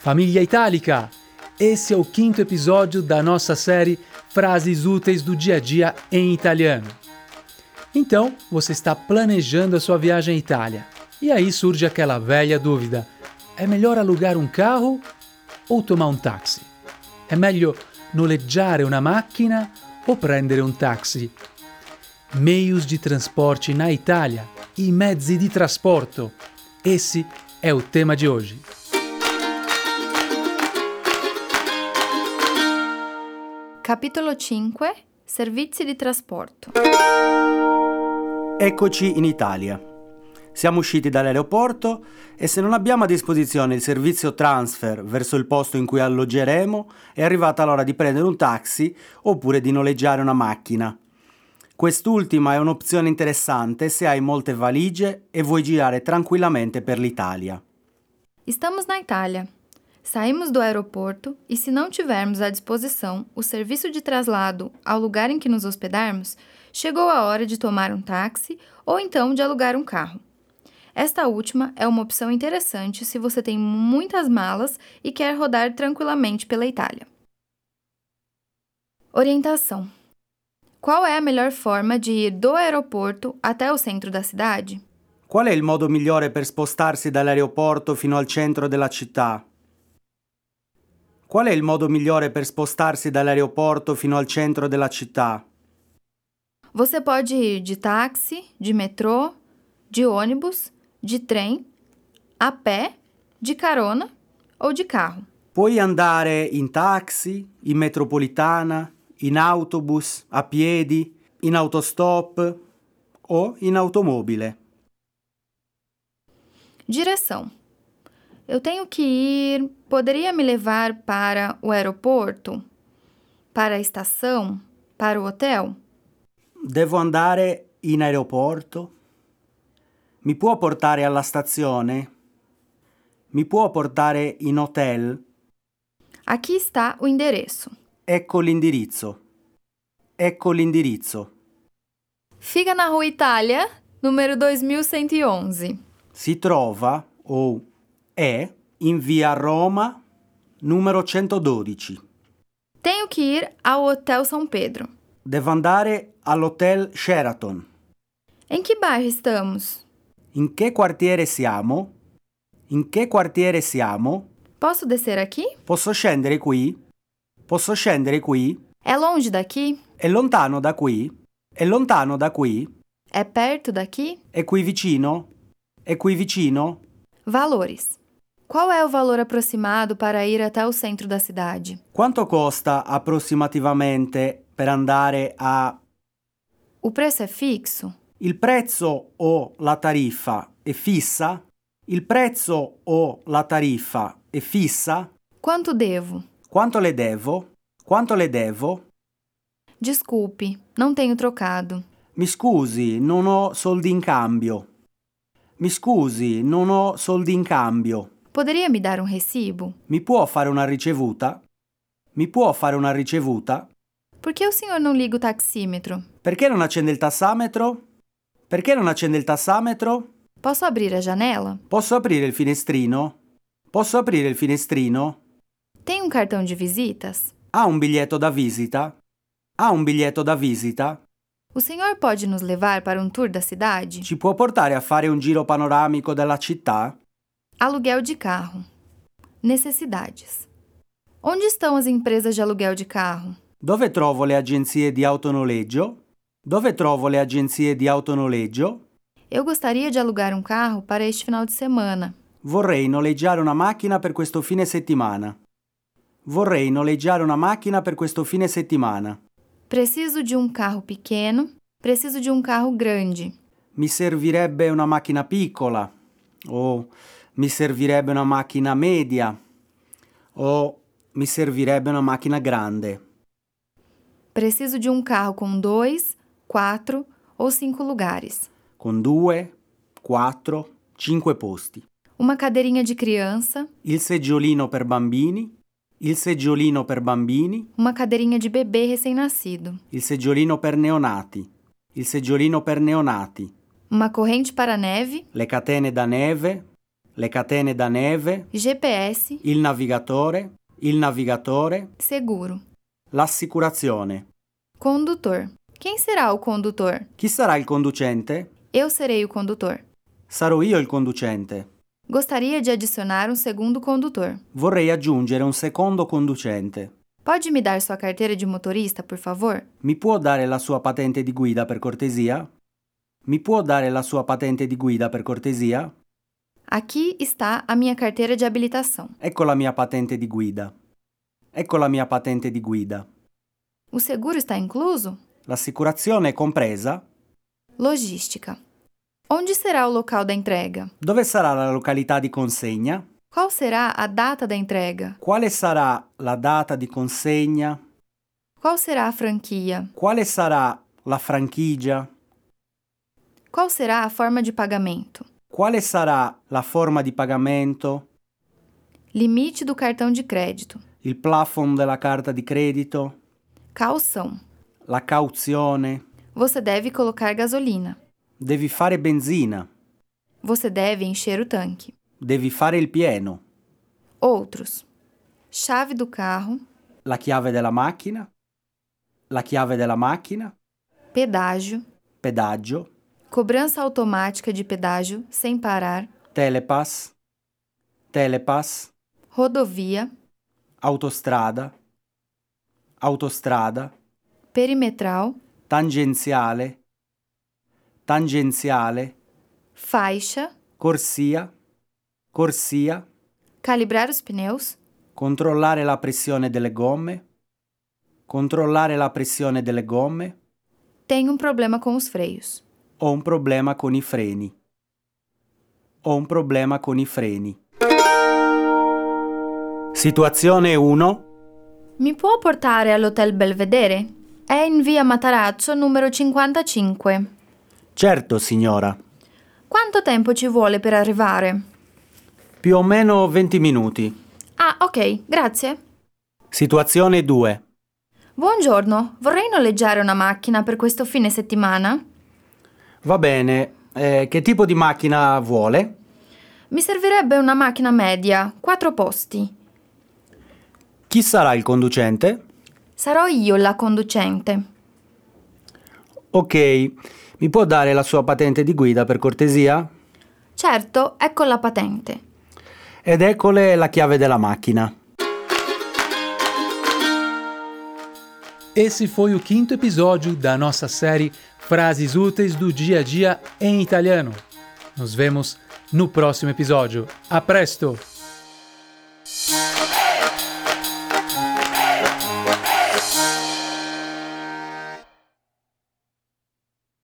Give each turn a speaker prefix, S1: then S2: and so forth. S1: Família Itálica! Esse é o quinto episódio da nossa série Frases Úteis do Dia a Dia em Italiano. Então, você está planejando a sua viagem à Itália. E aí surge aquela velha dúvida: é melhor alugar um carro o tomar un taxi? È meglio noleggiare una macchina o prendere un taxi? Meios di trasporti na Itália, i mezzi di trasporto. Esse é o tema de hoje.
S2: Capitolo 5 Servizi di trasporto.
S3: Eccoci in Italia. Siamo usciti dall'aeroporto e se non abbiamo a disposizione il servizio transfer verso il posto in cui alloggeremo, è arrivata l'ora di prendere un taxi oppure di noleggiare una macchina. Quest'ultima è un'opzione interessante se hai molte valigie e vuoi girare tranquillamente per l'Italia.
S2: Estamos na Itália. Saímos do aeroporto e, se não tivermos à disposição o serviço de traslado ao lugar em que nos hospedarmos, chegou a hora de tomar um táxi ou então de alugar um carro. Esta última é uma opção interessante se você tem muitas malas e quer rodar tranquilamente pela Itália. Orientação: Qual é a melhor forma de ir do aeroporto até o centro da cidade?
S3: Qual è il modo migliore per spostarsi dall'aeroporto fino al centro della città? Qual è il modo migliore per spostarsi dall'aeroporto fino al centro della città?
S2: Você pode ir de táxi, de metrô, de ônibus, de trem, a pé, de carona ou de carro.
S3: Puoi andare in taxi, in metropolitana, in autobus, a piedi, in autostop o in automobile.
S2: Direção: Eu tenho que ir. Poderia me levar para o aeroporto? Para a estação? Para o hotel?
S3: Devo andare in aeroporto? Mi può portare alla stazione? Mi può portare in hotel?
S2: Aqui está o endereço.
S3: Ecco l'indirizzo. Ecco l'indirizzo.
S2: Fica na Rua Itália, número 2111.
S3: Si trova o è in via Roma numero 112.
S2: Tenho que ir ao Hotel São Pedro.
S3: Devo andare all'hotel Sheraton.
S2: Em que bairro estamos?
S3: In che quartiere siamo? In che quartiere siamo?
S2: Posso descer aqui?
S3: Posso scendere qui? Posso scendere qui?
S2: É longe daqui?
S3: È lontano da qui? È lontano da qui?
S2: É perto daqui?
S3: È qui vicino? È qui vicino?
S2: Valores. Qual é o valor aproximado para ir até o centro da cidade?
S3: Quanto costa approssimativamente per andare a...
S2: O preço é fixo?
S3: Il prezzo o la tariffa è fissa? Il prezzo o la tariffa è fissa?
S2: Quanto devo?
S3: Quanto le devo? Quanto le devo?
S2: Desculpe, não tenho trocado.
S3: Mi scusi, non ho soldi in cambio. Mi scusi, non ho soldi in cambio.
S2: Poderia me dar um recibo?
S3: Mi può fare una ricevuta? Mi può fare una ricevuta?
S2: Por que o senhor não liga o taxímetro?
S3: Perché non accende il tassametro? Perché non accende il tassametro?
S2: Posso abrir a janela?
S3: Posso aprire il finestrino? Posso aprire il finestrino?
S2: Tem um cartão de visitas?
S3: Ha un biglietto da visita? Ha un biglietto da visita?
S2: O senhor pode nos levar para um tour da cidade?
S3: Ci può portare a fare un giro panoramico della città?
S2: Aluguel de carro. Necessidades. Onde estão as empresas de aluguel de carro?
S3: Dove trovo le agenzie di autonoleggio? Dove trovo le agenzie di autonoleggio?
S2: Eu gostaria de alugar um carro para este final de semana.
S3: Vorrei noleggiare una macchina per questo fine settimana. Vorrei noleggiare una macchina per questo fine settimana.
S2: Preciso de um carro pequeno, preciso de um carro grande.
S3: Mi servirebbe una macchina piccola o mi servirebbe una macchina media o mi servirebbe una macchina grande.
S2: Preciso de um carro com dois, quatro ou cinco lugares.
S3: con 2, 4, 5 posti.
S2: Uma cadeirinha de criança,
S3: Il seggiolino per bambini, il seggiolino per bambini,
S2: uma cadeirinha de bebê recém-nascido,
S3: il seggiolino per neonati, il seggiolino per neonati,
S2: uma corrente para neve,
S3: le catene da neve, le catene da neve,
S2: GPS,
S3: il navigatore, il navigatore,
S2: seguro,
S3: l'assicurazione.
S2: condutor. Quem será o condutor?
S3: Chi sarà il conducente?
S2: Eu serei o condutor.
S3: Sarò io il conducente.
S2: Gostaria de adicionar um segundo condutor.
S3: Vorrei aggiungere un secondo conducente.
S2: Pode me dar sua carteira de motorista, por favor?
S3: Mi può dare la sua patente di guida per cortesia? Mi può dare la sua patente di guida per cortesia?
S2: Aqui está a minha carteira de habilitação.
S3: Ecco la mia patente di guida. Ecco la mia patente di guida.
S2: O seguro está incluso?
S3: L'assicurazione è compresa?
S2: Logística. Onde será o local da entrega?
S3: Dove sarà la località di consegna?
S2: Qual será a data da entrega?
S3: Quale sarà la data di consegna?
S2: Qual será a franquia?
S3: Quale sarà la franchigia?
S2: Qual será a forma de pagamento?
S3: Quale sarà la forma di pagamento?
S2: Limite do cartão de crédito.
S3: Il plafond della carta di credito?
S2: Calção.
S3: La cauzione?
S2: Você deve colocar gasolina.
S3: Devi fare benzina?
S2: Você deve encher o tanque.
S3: Devi fare il pieno?
S2: Outros. Chave do carro,
S3: La chiave della macchina? La chiave della macchina?
S2: pedágio,
S3: Pedaggio?
S2: cobrança automática de pedágio sem parar,
S3: Telepass? Telepass?
S2: rodovia,
S3: Autostrada? Autostrada?
S2: perimetral,
S3: tangenziale, tangenziale,
S2: faixa,
S3: corsia, corsia,
S2: calibrar os pneus,
S3: controllare la pressione delle gomme, controllare la pressione delle gomme,
S2: tem um problema com os freios.
S3: ho un problema con i freni. Ho un problema con i freni. Situazione 1.
S2: Mi può portare all'Hotel Belvedere? È in via Matarazzo numero 55.
S3: Certo, signora.
S2: Quanto tempo ci vuole per arrivare?
S3: Più o meno 20 minuti.
S2: Ah, ok, grazie.
S3: Situazione 2.
S2: Buongiorno, vorrei noleggiare una macchina per questo fine settimana.
S3: Va bene. Eh, che tipo di macchina vuole?
S2: Mi servirebbe una macchina media, quattro posti.
S3: Chi sarà il conducente?
S2: Sarò io la conducente.
S3: Ok, mi può dare la sua patente di guida per cortesia?
S2: Certo, ecco la patente.
S3: Ed eccole la chiave della macchina.
S1: Esse foi o quinto episódio da nossa série Frases Úteis do Dia a Dia em Italiano. Nos vemos no próximo episódio. A presto!